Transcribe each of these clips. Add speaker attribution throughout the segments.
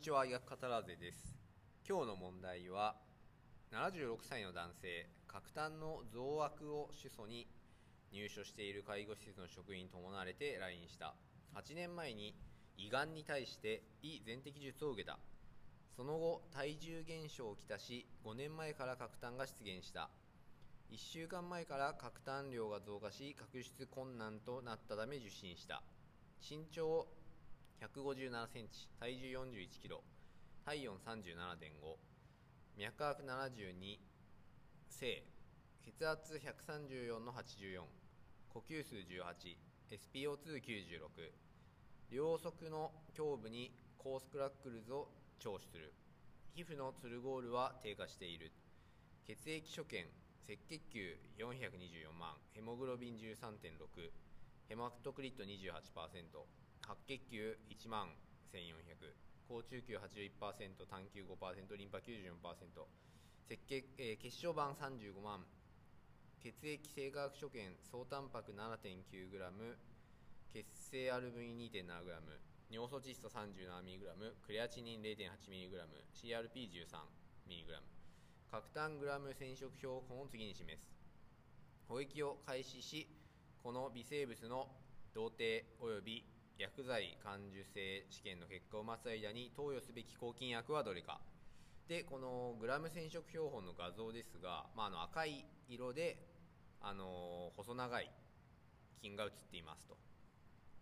Speaker 1: ちは医学カタラーゼです今日の問題は76歳の男性角炭の増悪を主訴に入所している介護施設の職員に伴われて来院した8年前に胃がんに対して胃全摘術を受けたその後体重減少をきたし5年前から角炭が出現した1週間前から角炭量が増加し角質困難となったため受診した身長1 5 7センチ体重4 1キロ体温37.5脈拍72性血圧134の84呼吸数 18SPO296 両側の胸部にコースクラックルズを聴取する皮膚のツルゴールは低下している血液所見赤血球424万ヘモグロビン13.6ヘマトクリット28%白血球1万1400高中球81%単球5%リンパ94%赤血、えー血小板35万血液性化学所見総タンパク 7.9g 血清 RV2.7g 尿素窒素 37mg クレアチニン 0.8mgCRP13mg 核炭グラム染色標本を次に示す保育を開始しこの微生物の同定及び薬剤感受性試験の結果を待つ間に投与すべき抗菌薬はどれかでこのグラム染色標本の画像ですが、まあ、あの赤い色で、あの細長い菌が写っていますと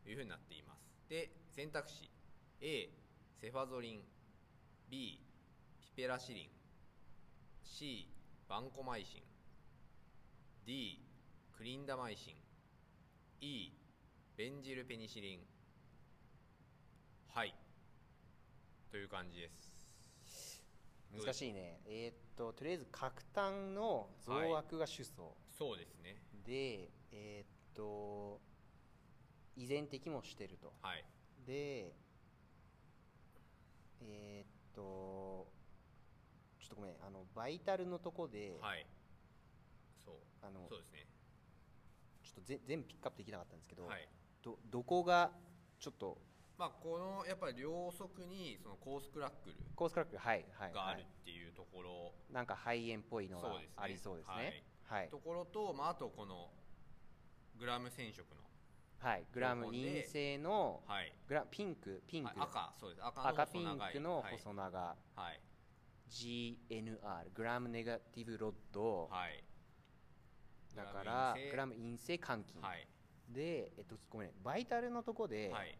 Speaker 1: いうふうになっていますで選択肢 A セファゾリン B ピペラシリン C バンコマイシン D クリンダマイシン E ベンジルペニシリンはいという感じです
Speaker 2: 難しいねえーっととりあえず角炭の増悪が主訴、
Speaker 1: そうですね
Speaker 2: でえーっと依然的もしてると
Speaker 1: はい
Speaker 2: でえーっとちょっとごめんあのバイタルのとこで、
Speaker 1: はいそう
Speaker 2: あの
Speaker 1: そうですね
Speaker 2: ちょっとぜ全部ピックアップできなかったんですけど、
Speaker 1: はい
Speaker 2: どどこがちょっと
Speaker 1: まあこのやっぱり両側にそのコースクラックル
Speaker 2: コースクラックはいはい
Speaker 1: があ
Speaker 2: は
Speaker 1: るっ
Speaker 2: い
Speaker 1: ていうところ、
Speaker 2: なんか肺炎っぽいの
Speaker 1: そう
Speaker 2: が
Speaker 1: ですね
Speaker 2: ありそうですねはい、はい
Speaker 1: ところと、まあ、あとこのグラム染色の、
Speaker 2: グラム陰性の、
Speaker 1: はい
Speaker 2: グラピンクピンク、
Speaker 1: はい赤そうです赤の
Speaker 2: 赤
Speaker 1: 細
Speaker 2: ピン
Speaker 1: 長い
Speaker 2: クの
Speaker 1: はい
Speaker 2: 細長、
Speaker 1: はい
Speaker 2: GNR グラムネガティブロッド、
Speaker 1: はい
Speaker 2: だから
Speaker 1: グ
Speaker 2: グ
Speaker 1: ラ
Speaker 2: ラ
Speaker 1: ム
Speaker 2: ム陰性換金、
Speaker 1: はい、
Speaker 2: で、えっと、ごめんバイタルのとこで、
Speaker 1: はい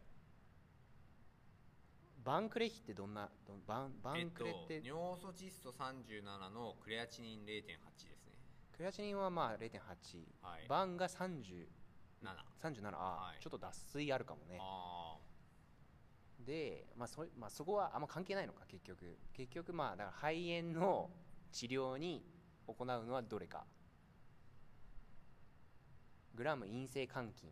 Speaker 2: バンクレヒってどんなどんバンバ
Speaker 1: えっ
Speaker 2: ンク
Speaker 1: と
Speaker 2: レって、
Speaker 1: 尿素窒素37のクレアチニン0.8ですね
Speaker 2: クレアチニンはまあ0.8、
Speaker 1: はい
Speaker 2: バンが30
Speaker 1: 7あ
Speaker 2: 37あ、
Speaker 1: はい
Speaker 2: ちょっと脱水あるかもね
Speaker 1: あ
Speaker 2: で、まあそまあ、そこはあんま関係ないのか結局結局まあだから肺炎の治療に行うのはどれかグラム陰性換金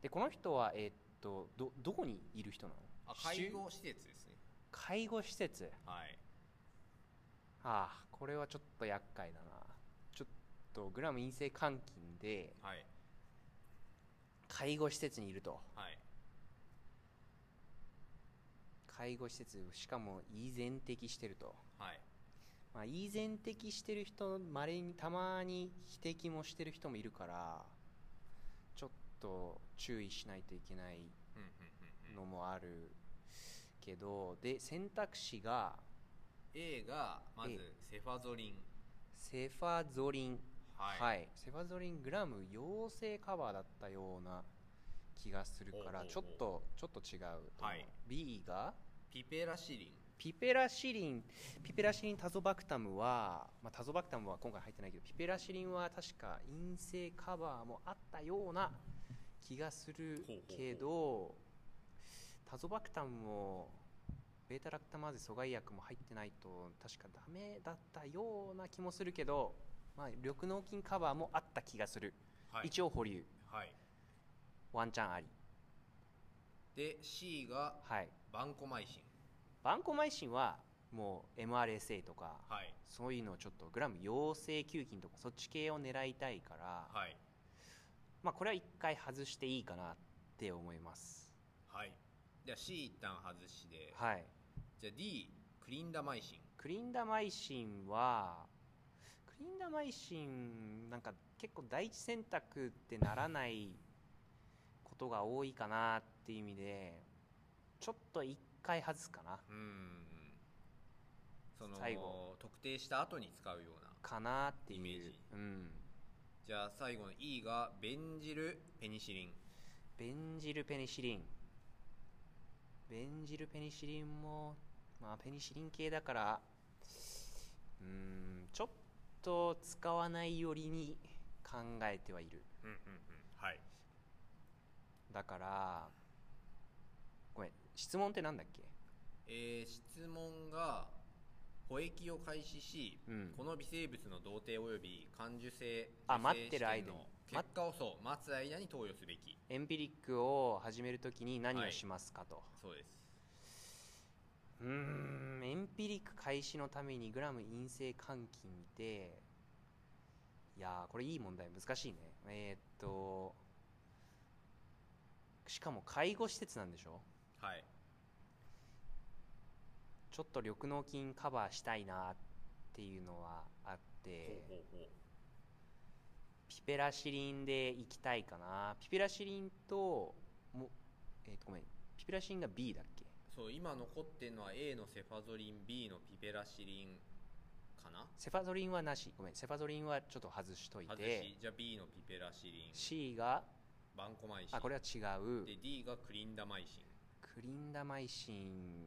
Speaker 2: でこの人はえーっとどどこにいる人なの
Speaker 1: あ介
Speaker 2: 就
Speaker 1: 護施設ですね
Speaker 2: 介護施設
Speaker 1: はい
Speaker 2: ああこれはちょっと厄介だなちょっとグラム陰性換金で
Speaker 1: はい
Speaker 2: 介護施設にいると
Speaker 1: はい
Speaker 2: 介護施設しかも依然的してると
Speaker 1: はい
Speaker 2: まあ、依然的してる人まれにたまに非敵もしてる人もいるからちょっと注意しないといけな
Speaker 1: う
Speaker 2: い
Speaker 1: んうんうんうん
Speaker 2: のもあるけどで選択肢が
Speaker 1: A がまずセファゾリン
Speaker 2: セファゾリン
Speaker 1: はい
Speaker 2: セファゾリングラム陽性カバーだったような気がするか
Speaker 1: おうおうお
Speaker 2: ら
Speaker 1: う
Speaker 2: ちょっとちょっと違うと思う、
Speaker 1: はい
Speaker 2: B が
Speaker 1: ピペラシリン
Speaker 2: ピペラシリン、ピペラシリンタゾバクタムは、まあ、タゾバクタムは今回入ってないけど、ピペラシリンは確か陰性カバーもあったような気がする
Speaker 1: ほうほうほう
Speaker 2: けど、タゾバクタムも、ベータラクタマーゼ阻害薬も入ってないと、確かダメだったような気もするけど、まあ、緑脳筋カバーもあった気がする。
Speaker 1: はい
Speaker 2: 一応保留。
Speaker 1: はい
Speaker 2: ワンチャンあり。
Speaker 1: で C が
Speaker 2: はい。
Speaker 1: バンコマイシン
Speaker 2: バンコマイシンは、もう MRSA とか、
Speaker 1: はい
Speaker 2: そういうのをちょっとグラム陽性球菌とかそっち系を狙いたいから、
Speaker 1: はい
Speaker 2: まあこれは一回外していいかなって思います
Speaker 1: はいじゃあ C 一旦外しで
Speaker 2: はい
Speaker 1: じゃあ D クリンダマイシン
Speaker 2: クリンダマイシンはクリンダマイシンなんか結構第一選択ってならないことが多いかなっていう意味でちょっと一回外すかな
Speaker 1: うーんその
Speaker 2: 最後
Speaker 1: 特定した後に使うような
Speaker 2: かなっていう
Speaker 1: イメージ
Speaker 2: うん、
Speaker 1: じゃあ最後の E がベンジルペニシリン
Speaker 2: ベンジルペニシリンベンジルペニシリンもまあペニシリン系だからうーんちょっと使わないよりに考えてはいる
Speaker 1: うんうんうんはい
Speaker 2: だからごめん質問ってなんだっけ
Speaker 1: えー質問が保液を開始し、
Speaker 2: うん
Speaker 1: この微生物の動程及び感受性
Speaker 2: あ
Speaker 1: 受精
Speaker 2: 待ってる間に
Speaker 1: 試験の結果をそう待つ間に投与すべき
Speaker 2: エンピリックを始めるときに何をしますかと、
Speaker 1: そうです
Speaker 2: うーんエンピリック開始のためにグラム陰性換金でいやーこれいい問題難しいねえーっとしかも介護施設なんでしょ
Speaker 1: はい
Speaker 2: ちょっと緑膿菌カバーしたいなっていうのはあって
Speaker 1: ほうほうほう
Speaker 2: ピペラシリンでいきたいかなピペラシリンともえーっとごめんピペラシリンが B だっけ
Speaker 1: そう今残ってるのは A のセファゾリン B のピペラシリンかな
Speaker 2: セファゾリンはなしごめんセファゾリンはちょっと外しとい
Speaker 1: 外
Speaker 2: て
Speaker 1: しじゃあ B のピペラシリン
Speaker 2: C が
Speaker 1: バンコマイシン
Speaker 2: あこれは違う
Speaker 1: で D がクリンダマイシン
Speaker 2: クリンダマイシン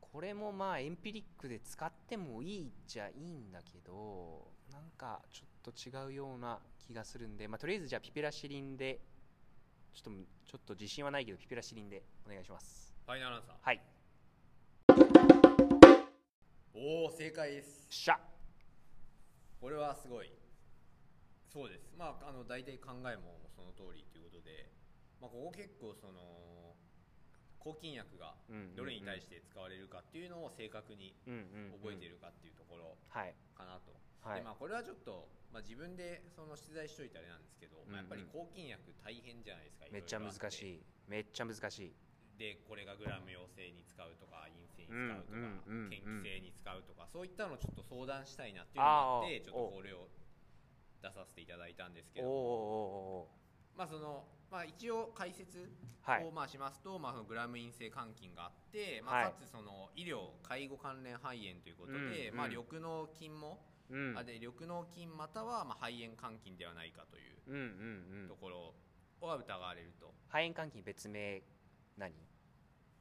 Speaker 2: これもまあエンピリックで使ってもいいっちゃいいんだけどなんかちょっと違うような気がするんで、まあ、とりあえずじゃあピペラシリンでちょっとちょっと自信はないけどピペラシリンでお願いします
Speaker 1: ファイナルアンサー
Speaker 2: はいよ
Speaker 1: おお正解です
Speaker 2: っしゃ
Speaker 1: これはすごいそうですまああの大体考えもその通りということで、まあ、ここ結構その抗菌薬が
Speaker 2: うんうんうん
Speaker 1: どれに対して使われるかっていうのを正確に
Speaker 2: うんうんうん
Speaker 1: 覚えているかっていうところ
Speaker 2: はい
Speaker 1: かなと、
Speaker 2: はい
Speaker 1: でまあ、これはちょっと、まあ、自分でその取材しといたあれなんですけど、まあ、やっぱり
Speaker 2: うんうん
Speaker 1: 抗菌薬大変じゃないですか
Speaker 2: めっちゃ難し
Speaker 1: い
Speaker 2: いめっちゃ難しい
Speaker 1: でこれがグラム陽性に使うとか陰性に使うとか
Speaker 2: うんうんうんうん
Speaker 1: 嫌気性に使うとかそういったのをちょっと相談したいなっていうのがあっ
Speaker 2: あ
Speaker 1: て
Speaker 2: ー
Speaker 1: ちょっとこれを出させていただいたんですけ
Speaker 2: おーおー
Speaker 1: ど
Speaker 2: お
Speaker 1: まあそのまあ、一応解説
Speaker 2: ーおーはい
Speaker 1: をまあしますと、まあ、そのグラム陰性換菌があって、まあ
Speaker 2: はい
Speaker 1: かつその医療介護関連肺炎ということで、
Speaker 2: うん
Speaker 1: まあ、
Speaker 2: うん
Speaker 1: 緑膿菌も、
Speaker 2: うん
Speaker 1: あで緑膿菌またはまあ肺炎換菌ではないかという
Speaker 2: うんうんうん
Speaker 1: ところは疑われると、
Speaker 2: 肺炎換気別名何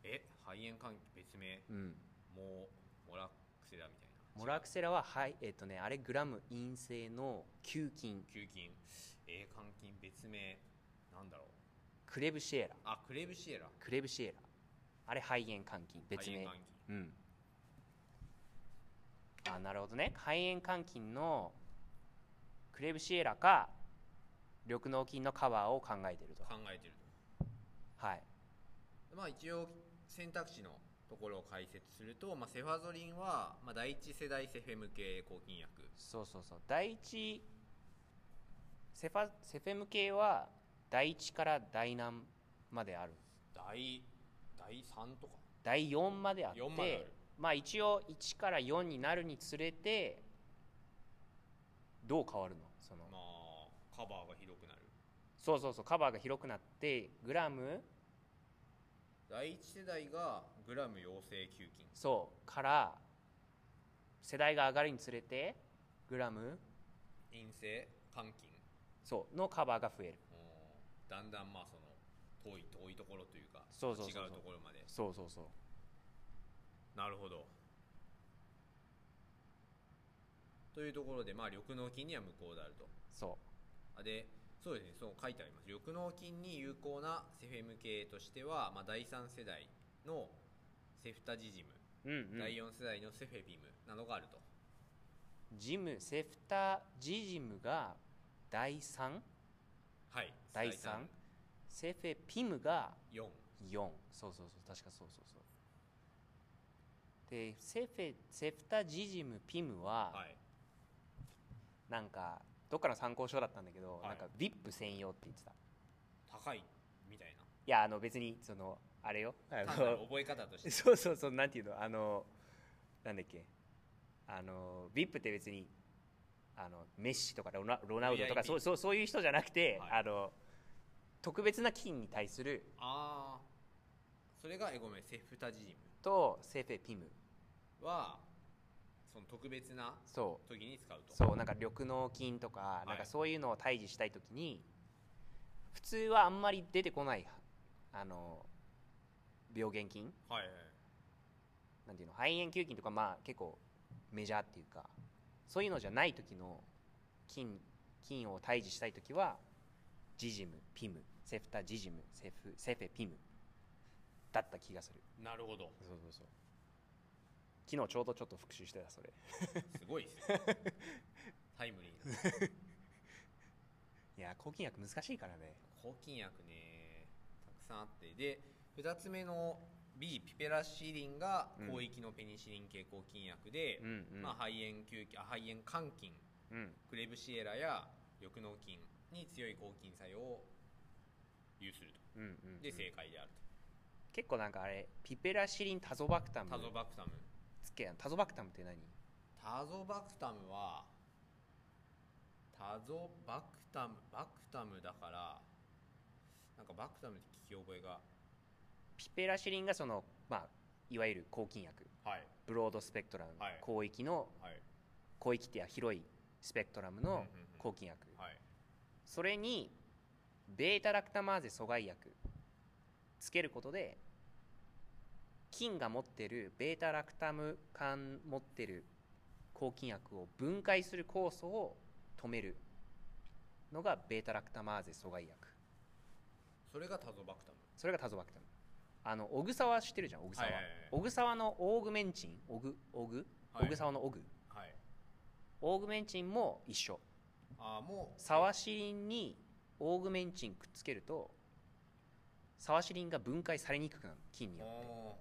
Speaker 1: え肺炎換菌別名
Speaker 2: うん
Speaker 1: もうモラクセラみたいな
Speaker 2: モラクセラは、はい、えっ、とね、あれグラム陰性の球菌、
Speaker 1: 球菌えー、換菌別名なんだろう
Speaker 2: クレブシエラ、
Speaker 1: あクレブシエラ
Speaker 2: クレブシエラ。あれ肺炎肝菌、別名
Speaker 1: 肺炎。換菌
Speaker 2: うん。あ、なるほどね。肺炎肝菌のクレブシエラか、緑膿菌のカバーを考えてると。
Speaker 1: 考えてる
Speaker 2: はい。
Speaker 1: とまあ一応選択肢のところを解説すると、まあ、セファゾリンは、まあ、第一世代セフェム系抗菌薬
Speaker 2: そうそうそう。第一、セファ、セフェム系は、第一から第何まである
Speaker 1: 第第3とか
Speaker 2: 第4まであって
Speaker 1: 4まである
Speaker 2: まあ一応1から4になるにつれてどう変わるのその、
Speaker 1: まあカバーが広くなる
Speaker 2: そうそうそうカバーが広くなってグラム
Speaker 1: 第一世代がグラム陽性球菌
Speaker 2: そうから世代が上がるにつれてグラム
Speaker 1: 陰性換菌
Speaker 2: そうのカバーが増える
Speaker 1: うんだんだんまあその遠い遠いところというか
Speaker 2: そうそうそうそう
Speaker 1: 違うところまで
Speaker 2: そうそうそう
Speaker 1: なるほどというところでまあ緑膿菌には無効であると
Speaker 2: そ
Speaker 1: あでそうですねそう書いてあります緑膿菌に有効なセフェム系としては、まあ、第3世代のセフタジジム、
Speaker 2: う、うんうん
Speaker 1: 第4世代のセフェビムなどがあると
Speaker 2: ジムセフタジジムが第3
Speaker 1: はい
Speaker 2: 第 3? セフェピムが
Speaker 1: 4
Speaker 2: 4そうそうそう確かそうそうそうでセフェセフタジジムピムは、
Speaker 1: はい
Speaker 2: なんかどっかの参考書だったんだけど、
Speaker 1: はい
Speaker 2: なんか VIP 専用って言ってた
Speaker 1: 高いみたいな
Speaker 2: いやあの別にそのあれよあ
Speaker 1: 単 なる
Speaker 2: の
Speaker 1: 覚え方として
Speaker 2: そうそうそうなんていうのあのなんだっけあの VIP って別にあのメッシとかロナロナウドとか
Speaker 1: VIP
Speaker 2: そうそうそういう人じゃなくて、
Speaker 1: はい
Speaker 2: あの特別な基金に対する
Speaker 1: ああそれがえごめんセフタジー
Speaker 2: とセーフェピム
Speaker 1: ムはその特別な
Speaker 2: そう
Speaker 1: 時に使うと
Speaker 2: そうなんか緑膿菌とか
Speaker 1: い
Speaker 2: なんかそういうのを退治したいときに普通はあんまり出てこないあの病原菌
Speaker 1: はいはい
Speaker 2: なんていうの肺炎球菌とかまあ結構メジャーっていうかそういうのじゃない時の菌菌を退治したい時はジジムピムセフタジジムセフセフェピムだった気がする
Speaker 1: なるほど
Speaker 2: そうそうそう昨日ちょうどちょっと復習してたそれ
Speaker 1: すごいです ねタイムリーない
Speaker 2: や抗菌薬難しいからね
Speaker 1: 抗菌薬ねたくさんあってで2つ目の B ピペラシリンが
Speaker 2: うん
Speaker 1: 広域のペニシリン系抗菌薬で、
Speaker 2: うんうん、
Speaker 1: まあ、肺炎球菌あ肺炎肝菌
Speaker 2: うん
Speaker 1: クレブシエラや緑膿菌に強い抗菌作用を有すると
Speaker 2: うんうん
Speaker 1: で正解である
Speaker 2: 結構なんかあれピペラシリンタゾバクタム
Speaker 1: とタゾバクタム
Speaker 2: つけやんタゾバクタムって何
Speaker 1: タゾバクタムはタゾバクタムバクタムだからなんかバクタムって聞き覚えが
Speaker 2: ピペラシリンがそのまあいわゆる抗菌薬
Speaker 1: はい
Speaker 2: ブロードスペクトラム、
Speaker 1: はい
Speaker 2: 広域の
Speaker 1: はい
Speaker 2: 広域っていうのは広いスペクトラム
Speaker 1: うんうん
Speaker 2: の
Speaker 1: うん
Speaker 2: 抗菌薬、
Speaker 1: はい
Speaker 2: それにベータラクタマーゼ阻害薬つけることで菌が持ってるベータラクタム間持ってる抗菌薬を分解する酵素を止めるのがベータラクタマーゼ阻害薬
Speaker 1: それがタゾバクタム
Speaker 2: それがタゾバクタムあの小草は知ってるじゃん小草は
Speaker 1: はいはいはい
Speaker 2: 小草のオーグメンチンオグオグ
Speaker 1: はい
Speaker 2: 小草のオグ、
Speaker 1: はい
Speaker 2: オーグメンチンも一緒
Speaker 1: ああもう
Speaker 2: サワシリンにオーグメンチンくっつけるとサワシリンが分解されにくくなる菌によって
Speaker 1: お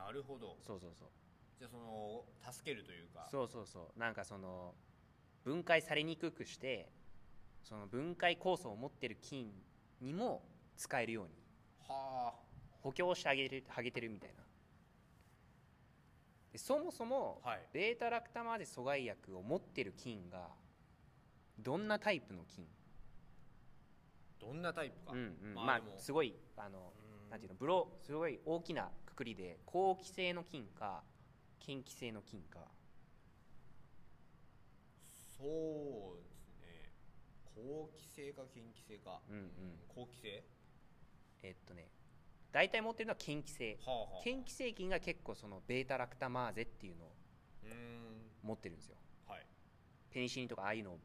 Speaker 1: ーなるほど
Speaker 2: そうそうそう
Speaker 1: じゃあその助けるというか
Speaker 2: そうそうそうなんかその分解されにくくしてその分解酵素を持ってる菌にも使えるように
Speaker 1: は
Speaker 2: 補強してあげるあげてるみたいなでそもそも
Speaker 1: あはい
Speaker 2: ベータラクタマーゼ阻害薬を持ってる菌がどんなタイプの菌、
Speaker 1: どんなタイプか、
Speaker 2: うんうん
Speaker 1: まあ
Speaker 2: まあ
Speaker 1: でも
Speaker 2: すごいあのなんていうのブロすごい大きなくくりで好気性の菌か嫌気性の菌か
Speaker 1: そうですね好気性か嫌気性か
Speaker 2: うんうん
Speaker 1: 好気性
Speaker 2: えっとね大体持ってるのは嫌気性
Speaker 1: はあはあ
Speaker 2: 嫌気性菌が結構そのベータラクタマーゼっていうのを
Speaker 1: うーん
Speaker 2: 持ってるんですよ
Speaker 1: はい
Speaker 2: ペニシリンとかああいうのを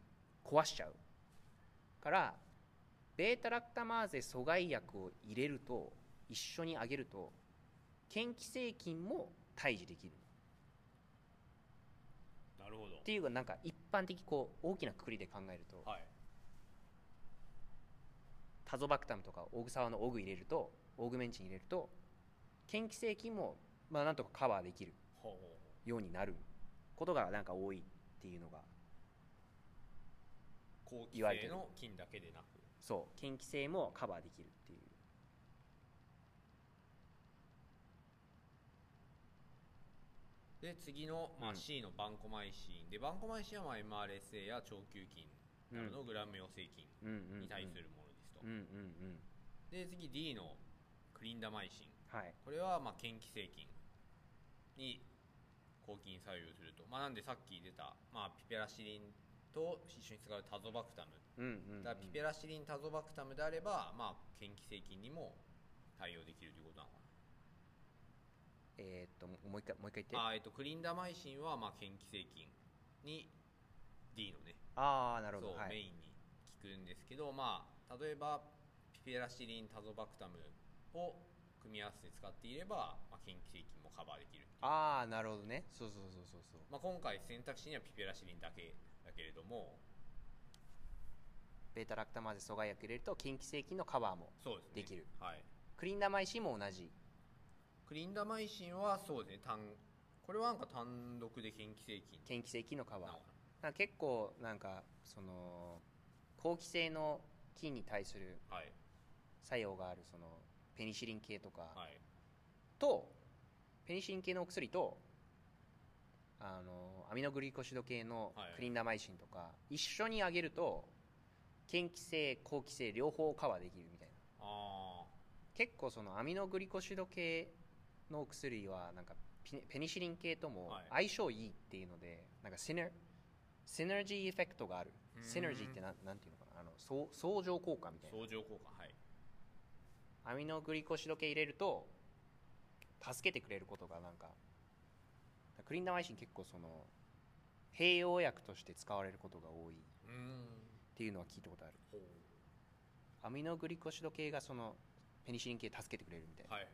Speaker 2: 壊しちゃうからベータラクタマーゼ阻害薬を入れると一緒にあげると嫌気性菌も退治できる
Speaker 1: なるほど
Speaker 2: っていうかなんか一般的こう大きなくくりで考えると
Speaker 1: はい
Speaker 2: タゾバクタムとかオグサワのオグ入れるとオグメンチン入れると嫌気性菌もまあなんとかカバーできる
Speaker 1: ほうほうほ
Speaker 2: ようになることがなんか多いっていうのが
Speaker 1: う好気
Speaker 2: 言われて
Speaker 1: 性
Speaker 2: る
Speaker 1: の菌だけでなく
Speaker 2: そう嫌気性もカバーできるっていう
Speaker 1: で次の、ま
Speaker 2: う
Speaker 1: あ、
Speaker 2: ん
Speaker 1: C のバンコマイシンでバンコマイシンはまあ MRSA や腸球菌などのグラム陽性菌
Speaker 2: うんうん
Speaker 1: に対するものですと、
Speaker 2: うんうんうん
Speaker 1: で次 D のクリンダマイシン
Speaker 2: はい
Speaker 1: これはまあ嫌気性菌に抗菌作用すると、まあ、なんでさっき出た、まあ、ピペラシリンと一緒に使うタゾバクタム
Speaker 2: うんうんうん
Speaker 1: だからピペラシリンタゾバクタムであれば、まあ、嫌気性菌にも対応できるということなのか
Speaker 2: えーっとももう一回もう一回言って
Speaker 1: なあー、えっと、クリンダマイシンはまあ嫌気性菌に D のね
Speaker 2: ああなる
Speaker 1: そ
Speaker 2: ほど
Speaker 1: う、
Speaker 2: は
Speaker 1: メイ
Speaker 2: い
Speaker 1: ンに効くんですけど、まあ、例えばピペラシリンタゾバクタムを組み合わせて使っていれば、まあ、嫌気性菌もカバーできる
Speaker 2: ああなるほどねそうそうそうそうそう
Speaker 1: まあ、今回選択肢にはピペラシリンだけだけれども
Speaker 2: ベータラクタマーゼ阻害薬入れると嫌気性菌のカバーも
Speaker 1: そうですね
Speaker 2: できる
Speaker 1: はい、
Speaker 2: クリンダマイシンも同じ
Speaker 1: クリンダマイシンはそうですね単これはなんか単独で嫌気性菌
Speaker 2: 嫌気性菌のカバー
Speaker 1: なのか
Speaker 2: なんか結構なんかその好気性の菌に対する
Speaker 1: はい
Speaker 2: 作用があるそのペニシリン系とか
Speaker 1: はい
Speaker 2: とペニシリン系のお薬とあのアミノグリコシド系の
Speaker 1: はい
Speaker 2: クリンダマイシンとか、一緒にあげると嫌気性好気性両方カバーできるみたいな
Speaker 1: あ
Speaker 2: 結構そのアミノグリコシド系のお薬はなんかピペニシリン系とも
Speaker 1: はい
Speaker 2: 相性いいっていうので、なんかシナシナジーエフェクトがある
Speaker 1: うーん
Speaker 2: シナジーってなんなんていうのかなあの相相乗効果みた
Speaker 1: あ
Speaker 2: いな
Speaker 1: 相乗効果はい
Speaker 2: アミノグリコシド系入れると助けてくれることがなんかクリンダマイシン結構その併用薬として使われることが多いっ
Speaker 1: うーん
Speaker 2: ていうのは聞いたことある
Speaker 1: ほう
Speaker 2: アミノグリコシド系がそのペニシリン系助けてくれるみたいな、
Speaker 1: はい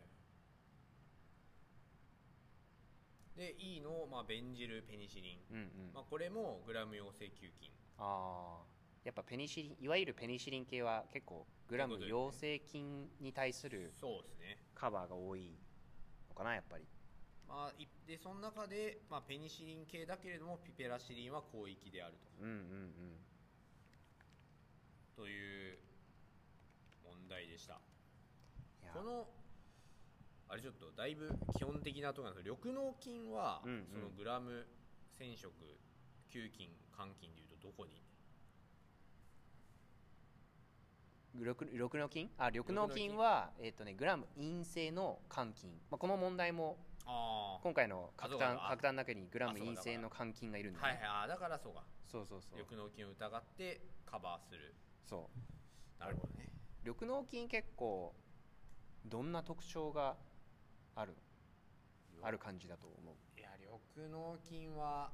Speaker 1: で E の、まあ、ベンジルペニシリン、
Speaker 2: うんうん
Speaker 1: まあ、これもグラム陽性球菌
Speaker 2: ああやっぱペニシリンいわゆるペニシリン系は結構グラム
Speaker 1: そういうこと
Speaker 2: 陽性菌に対する
Speaker 1: そうですね
Speaker 2: カバーが多いのかなやっぱり
Speaker 1: まあ、いでその中で、まあ、ペニシリン系だけれどもピペラシリンは広域である
Speaker 2: うんうん
Speaker 1: とという問題でした
Speaker 2: うんいや
Speaker 1: このあれちょっとだいぶ基本的なところなんですけど緑脳菌は、
Speaker 2: うんうん
Speaker 1: そのグラム染色球菌肝菌でいうとどこに
Speaker 2: 緑緑の菌あ緑の
Speaker 1: 緑の
Speaker 2: 菌
Speaker 1: 菌
Speaker 2: はえっ、とねグラム陰性の肝菌、まあ、この問題も
Speaker 1: あ
Speaker 2: 今回の
Speaker 1: あそ
Speaker 2: 核
Speaker 1: うか
Speaker 2: 弾
Speaker 1: あ
Speaker 2: 核弾の中にグラ
Speaker 1: あ
Speaker 2: ム
Speaker 1: そうか
Speaker 2: 陰性の肝菌がいるんだ、
Speaker 1: はい
Speaker 2: ね
Speaker 1: はいあーだからそうか
Speaker 2: そうそうそう
Speaker 1: 緑脳菌を疑ってカバーする
Speaker 2: そう
Speaker 1: なるほどね
Speaker 2: 緑の菌結構どんな特徴があるある感じだと思う
Speaker 1: いや緑脳菌は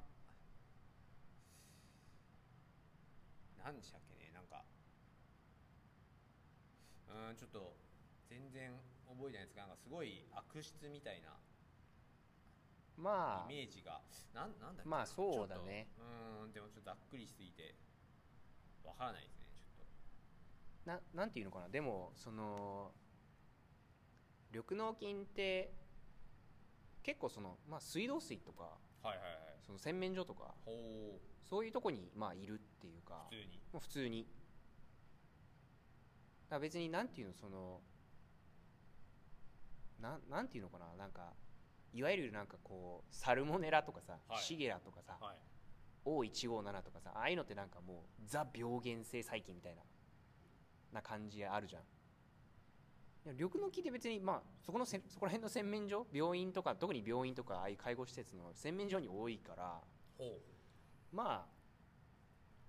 Speaker 1: 何でしたっけねなんかうーんちょっと全然覚えてないんですがなんかすごい悪質みたいな
Speaker 2: まあ
Speaker 1: イメージがなんなんだっけ
Speaker 2: まあそうだね
Speaker 1: ちょっとうーんでもちょっとざっくりしすぎてわからないですねちょっ
Speaker 2: ななんていうのかなでもその緑脳菌って結構その、まあ、水道水とか
Speaker 1: とはいはいはい
Speaker 2: その洗面所とか
Speaker 1: ほう
Speaker 2: そういうとこにまあいるっていうか
Speaker 1: 普通に
Speaker 2: もう普通にだから別になんていうのそのなんなんていうのかななんかいわゆるなんかこうサルモネラとかさ、
Speaker 1: はい
Speaker 2: シゲラとかさ、
Speaker 1: はい
Speaker 2: O157 とかさああいうのってなんかもうザ病原性細菌みたいなな感じあるじゃんでも緑の木って別にまあそこのせそこら辺の洗面所病院とか特に病院とかああいう介護施設の洗面所に多いから
Speaker 1: ほ
Speaker 2: ま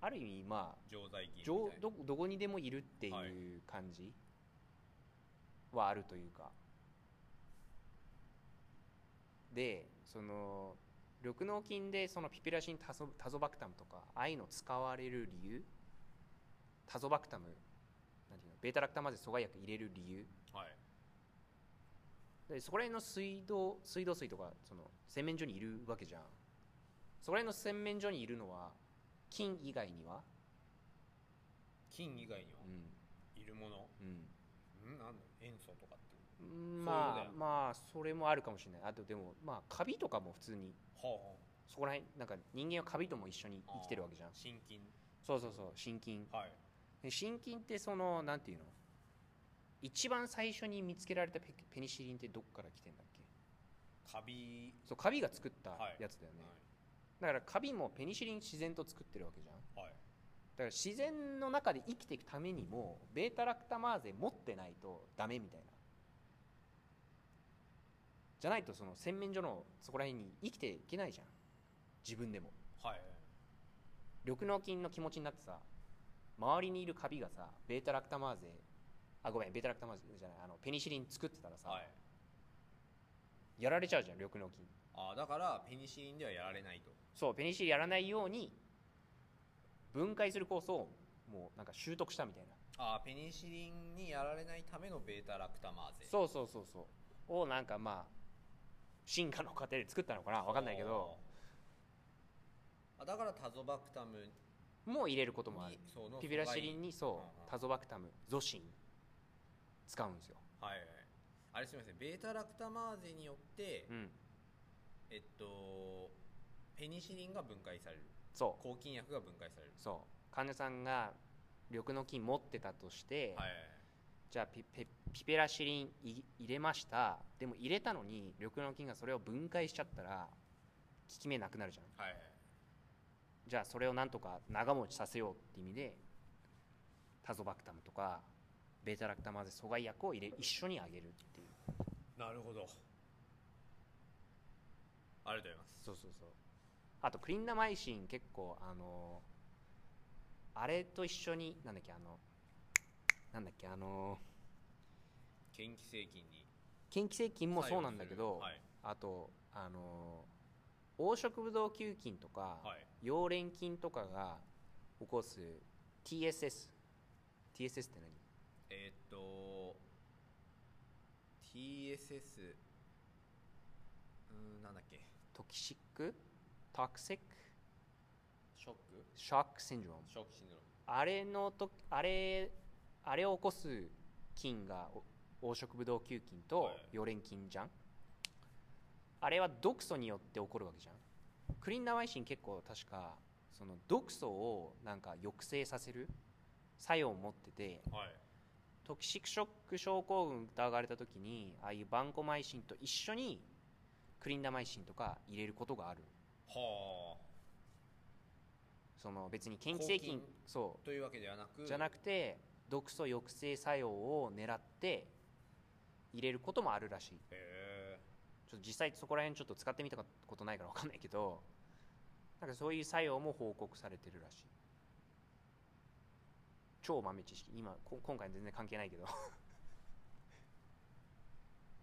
Speaker 2: あある意味まあ
Speaker 1: う常在菌みたい
Speaker 2: ど
Speaker 1: な
Speaker 2: どどこにでもいるってい
Speaker 1: はいう
Speaker 2: 感じはあるというか、でその緑脳菌でそのピピラシンタゾタゾバクタムとかああいうの使われる理由タゾバクタムなんていうのベータラクタマーゼ阻害薬入れる理由
Speaker 1: はい
Speaker 2: でそこら辺の水道水道水とかその洗面所にいるわけじゃんそこら辺の洗面所にいるのは菌以外には、
Speaker 1: 菌以外には
Speaker 2: う
Speaker 1: いるもの
Speaker 2: んうん、
Speaker 1: んなんだ塩素とかってそういうことだ
Speaker 2: ま
Speaker 1: よ
Speaker 2: あまあそれもあるかもしれないあとでもまあカビとかも普通に
Speaker 1: はあはあ
Speaker 2: そこら辺なんか人間はカビとも一緒に生きてるわけじゃん
Speaker 1: 心筋
Speaker 2: そうそうそう心筋
Speaker 1: はい
Speaker 2: で心筋ってそのなんていうの一番最初に見つけられたペペニシリンってどっから来てんだっけ
Speaker 1: カビ、
Speaker 2: そうカビが作った
Speaker 1: はい
Speaker 2: やつだよね、だからカビもペニシリン自然と作ってるわけじゃんだ
Speaker 1: はいはい
Speaker 2: から自然の中で生きていくためにもベータラクタマーゼ持ってないとダメみたいなじゃないとその洗面所のそこら辺に生きていけないじゃん自分でも
Speaker 1: はい
Speaker 2: 緑脳菌の気持ちになってさ周りにいるカビがさベータラクタマーゼあごめんベータラクタマーゼじゃないあのペニシリン作ってたらさ、
Speaker 1: はい
Speaker 2: やられちゃうじゃん緑脳菌
Speaker 1: あーだからペニシリンではやられないと
Speaker 2: そうペニシリンやらないように分解するコースをもうなんか習得したみたいな
Speaker 1: あーペニシリンにやられないためのベータラクタマーゼ
Speaker 2: そうそうそうそうをなんかまあ進化の過程で作ったのかな分かんないけど
Speaker 1: あだからタゾバクタムに
Speaker 2: もう入れることもある
Speaker 1: その
Speaker 2: ピビラシリ
Speaker 1: に
Speaker 2: ンに
Speaker 1: うん
Speaker 2: そう、
Speaker 1: うん
Speaker 2: タゾバクタムゾシン使うんですよ、
Speaker 1: はいはいあれすみませんベータラクタマーゼによって、
Speaker 2: うん、
Speaker 1: えっとペニシリンが分解される
Speaker 2: そう
Speaker 1: 抗菌薬が分解される
Speaker 2: そう患者さんが緑の菌持ってたとして、
Speaker 1: はい
Speaker 2: じゃあピペピペラシリンい入れましたでも入れたのに緑の菌がそれを分解しちゃったら効き目なくなるじゃん
Speaker 1: はい
Speaker 2: じゃあそれをなんとか長持ちさせようって意味でタゾバクタムとかベータラクタマーゼ阻害薬を入れ一緒にあげるっていう
Speaker 1: なるほどありがとうございます
Speaker 2: そうそうそうあとクリンナマイシン結構あのあれと一緒になんだっけあのなんだっけあの
Speaker 1: 嫌気性菌に
Speaker 2: 嫌気性菌もそうなんだけど、
Speaker 1: はい
Speaker 2: あとあの黄色ブドウ球菌とか、
Speaker 1: はい
Speaker 2: 溶連菌とかが起こす TSS TSS って何
Speaker 1: えーっと TSS うーんなんだっけ
Speaker 2: トキシックトクシック
Speaker 1: ショック
Speaker 2: ショックシンドローム
Speaker 1: ショックシンドローム
Speaker 2: あれのとあれあれを起こす菌がお黄色ブドウ球菌と
Speaker 1: はい
Speaker 2: 溶連菌じゃん、あれは毒素によって起こるわけじゃんクリンナワイシン結構確かその毒素をなんか抑制させる作用を持ってて
Speaker 1: はい
Speaker 2: トキシックショック症候群疑われた時にああいうバンコマイシンと一緒にクリンダマイシンとか入れることがある
Speaker 1: は
Speaker 2: その別に嫌気性
Speaker 1: 抗
Speaker 2: 菌
Speaker 1: 菌
Speaker 2: そ
Speaker 1: あというわけではなく
Speaker 2: うじゃなくて毒素抑制作用を狙って入れることもあるらしい
Speaker 1: へ
Speaker 2: ちょっと実際そこら辺ちょっと使ってみたことないから分かんないけどなんかそういう作用も報告されてるらしい超豆知識今こ今回全然関係ないけど
Speaker 1: ーこ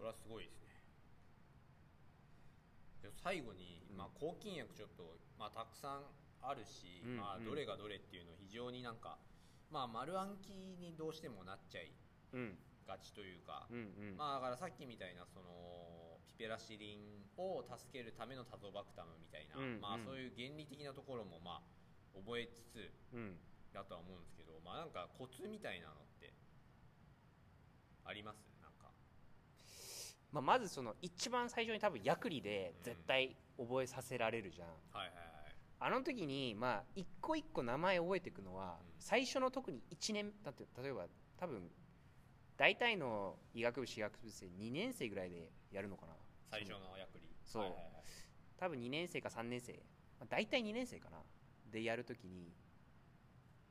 Speaker 1: れはすごいですねで最後に、
Speaker 2: うん
Speaker 1: まあ、抗菌薬ちょっと、まあ、たくさんあるし、
Speaker 2: うん
Speaker 1: まあ、
Speaker 2: うん
Speaker 1: どれがどれっていうの非常になんか、まあ、丸暗記にどうしてもなっちゃい
Speaker 2: うん
Speaker 1: がちというか、
Speaker 2: うんうん
Speaker 1: まあだからさっきみたいなそのピペラシリンを助けるためのタゾバクタムみたいな、
Speaker 2: うん
Speaker 1: まあ
Speaker 2: うん
Speaker 1: そういう原理的なところもまあ覚えつつ
Speaker 2: うん
Speaker 1: だとは思うんですけどまあなんかコツみたいなのってありますなんか
Speaker 2: まあ、まずその一番最初に多分薬理で
Speaker 1: うん
Speaker 2: 絶対覚えさせられるじゃん、
Speaker 1: はいはい
Speaker 2: あの時にまあ一個一個名前覚えていくのは
Speaker 1: うん
Speaker 2: 最初の特に1年だって例えば多分大体の医学部私学部生2年生ぐらいでやるのかな
Speaker 1: はい最初の役に
Speaker 2: そう
Speaker 1: はいはいはい
Speaker 2: 多分2年生か3年生、まあ、大体2年生かなでやる時に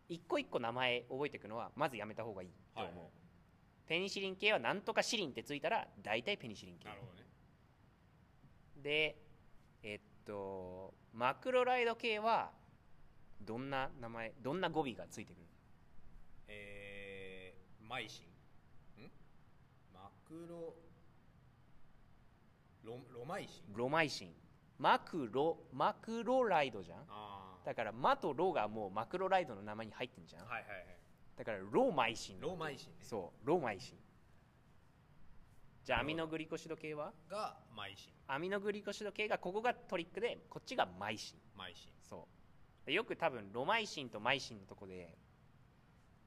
Speaker 2: 一個一個名前覚えていくのはまずやめた方がいいと思う、
Speaker 1: はい
Speaker 2: ペニシリン系はなんとかシリンってついたら大体ペニシリン系
Speaker 1: なるほどね
Speaker 2: でえっとマクロライド系はどんな名前どんな語尾がついてくる
Speaker 1: えー、マイシンんマクロロロマイシン
Speaker 2: ロマイシンマクロマクロライドじゃん
Speaker 1: ああ
Speaker 2: だからマとロがもうマクロライドの名前に入ってんじゃん、
Speaker 1: はいはいはい
Speaker 2: だからロマイシン
Speaker 1: ロマイシンね
Speaker 2: そうロマイシンじゃあア
Speaker 1: なる
Speaker 2: ミ
Speaker 1: ほど
Speaker 2: ノグリコシド系は
Speaker 1: がマイシン
Speaker 2: アミノグリコシド系がここがトリックでこっちがマイシン
Speaker 1: マイシン
Speaker 2: そうよく多分ロマイシンとマイシンのとこで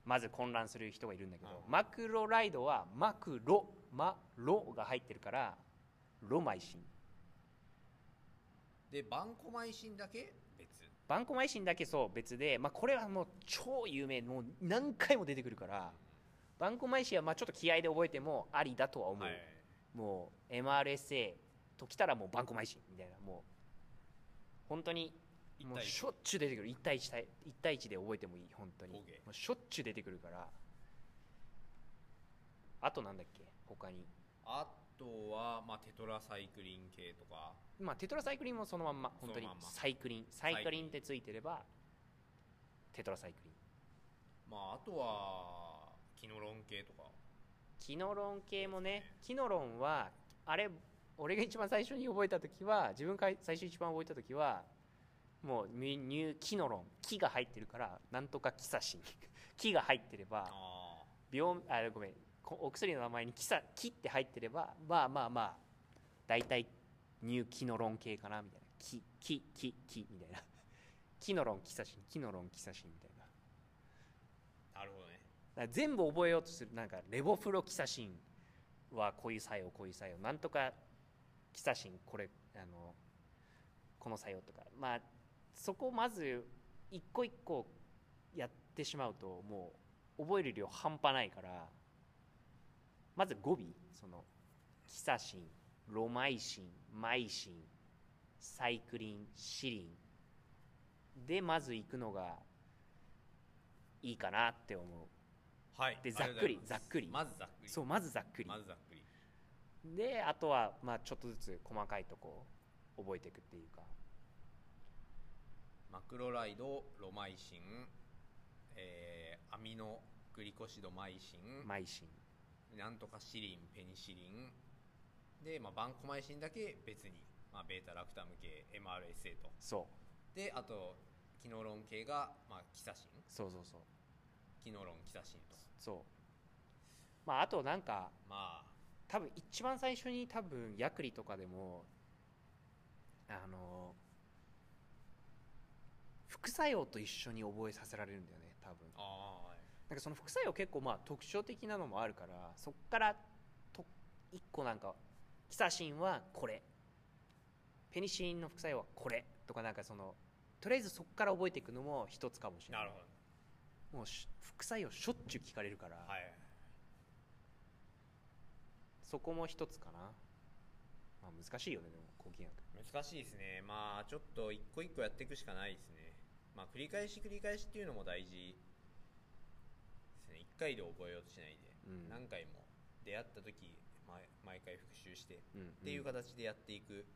Speaker 2: まず混乱する人がいるんだけど、
Speaker 1: うん
Speaker 2: マクロライドはマクロマロが入ってるからロマイシン
Speaker 1: でバンコマイシンだけ別
Speaker 2: バンコマイシンだけそう別で、まあ、これはもう超有名もう何回も出てくるからバンコマイシンはまあちょっと気合で覚えてもありだとは思う、
Speaker 1: はい
Speaker 2: もう MRSA ときたらもうバンコマイシンみたいなもう本当に
Speaker 1: 一
Speaker 2: もう
Speaker 1: 対
Speaker 2: し
Speaker 1: 一
Speaker 2: ょっちゅう出てくる1対 ,1 対一対1で覚えてもいい本当にも
Speaker 1: OK
Speaker 2: うしょっちゅう出てくるからあとなんだっけ他に
Speaker 1: あとは、まあ、テトラサイクリン系とか
Speaker 2: まあテトラサイクリンもそのまんま本当に
Speaker 1: そのまんま
Speaker 2: サイクリンサイクリンってついてればテトラサイクリン
Speaker 1: まああとはキノロン系とか
Speaker 2: キノロン系もね
Speaker 1: そう
Speaker 2: キノロンはあれ俺が一番最初に覚えた時は自分が最初一番覚えた時はもうニュニューキノロン木が入ってるからなんとかキサ シン木が入ってれば
Speaker 1: あ
Speaker 2: 病あごめんこお薬の名前にキサキって入ってればまあまあまあ大体乳キノロン系かなみたいなキキキキみたいな キノロンキサシンキノロンキサシンみたいなだか
Speaker 1: あなるほどね
Speaker 2: ら全部覚えようとするなんかレボフロキサシンはこういう作用こういう作用なんとかキサシンこれあのこの作用とかまあそこをまず一個一個やっってしまうともう覚える量半端ないからまず語尾そのキサシンロマイシンマイシンサイクリンシリンでまず行くのがいいかなって思う
Speaker 1: はい
Speaker 2: で
Speaker 1: あがとうございます
Speaker 2: ざっくりざっくり
Speaker 1: まずざっくり
Speaker 2: そうまずざっくり
Speaker 1: まずざっくり
Speaker 2: であとはまあちょっとずつ細かいとこ覚えていくっていうか
Speaker 1: マクロライドロマイシン、えーアミノグリコシドマイシン、
Speaker 2: マイシン
Speaker 1: なんとかシリンペニシリンで、まあ、バンコマイシンだけ別に、まあ、ベータラクタム系 MRSA と
Speaker 2: そう
Speaker 1: であとキノロン系が、まあ、キサシン
Speaker 2: そうそうそう
Speaker 1: キノロンキサシンと
Speaker 2: そうまああとなんか
Speaker 1: まあ
Speaker 2: 多分一番最初に多分ヤクリとかでもあの副作用と一緒に覚えさせられるんだよね多分
Speaker 1: あ
Speaker 2: なんかその副作用結構まあ特徴的なのもあるからそっからと1個なんかキサシンはこれペニシリンの副作用はこれとかなんかそのとりあえずそっから覚えていくのも一つかもし
Speaker 1: あ
Speaker 2: れない
Speaker 1: なるほど
Speaker 2: もうし副作用しょっちゅう聞かれるから、
Speaker 1: はい
Speaker 2: そこも一つかな、まあ、難しいよねでも抗菌薬
Speaker 1: 難しいですねまあちょっと一個一個やっていくしかないですねまあ繰り返し繰り返しっていうのも大事ですね一回で覚えようとしないで、
Speaker 2: うん
Speaker 1: 何回も出会った時毎毎回復習して
Speaker 2: うんうん
Speaker 1: っていう形でやっていく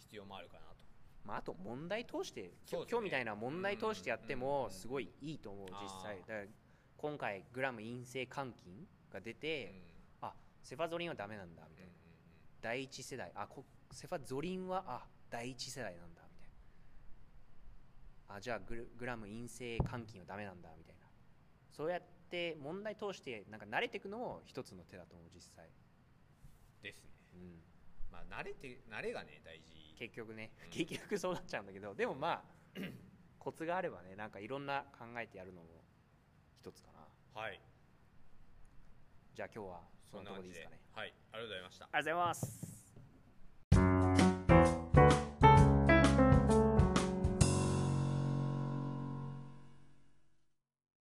Speaker 1: 必要もあるかなと、
Speaker 2: まあ、あと問題通して、
Speaker 1: そうですね
Speaker 2: 今日今日みたいな問題通してやって
Speaker 1: うんうんう
Speaker 2: も
Speaker 1: ん
Speaker 2: すごいいいと思う
Speaker 1: あー
Speaker 2: 実際だから今回グラム陰性肝菌が出て、
Speaker 1: うん
Speaker 2: あセファゾリンはダメなんだみたいな、
Speaker 1: うんうん
Speaker 2: 第一世代あこセファゾリンはあ第一世代なんだみたいなあじゃあグルグラム陰性肝菌はダメなんだみたいなそうやって問題通してなんか慣れていくのも一つの手だと思う実際、
Speaker 1: うんですね
Speaker 2: うん、
Speaker 1: まあ慣れて慣れがね大事
Speaker 2: 結局ね
Speaker 1: うん
Speaker 2: 結局そうなっちゃうんだけどでも まあコツがあればねなんかいろんな考えてやるのも一つかな
Speaker 1: はい
Speaker 2: じゃあ今日はそ
Speaker 1: そん
Speaker 2: んな
Speaker 1: な
Speaker 2: とこ
Speaker 1: 感
Speaker 2: でい
Speaker 1: じ
Speaker 2: い
Speaker 1: で
Speaker 2: ですかね
Speaker 1: はいありがとうございました
Speaker 2: ありがとうございます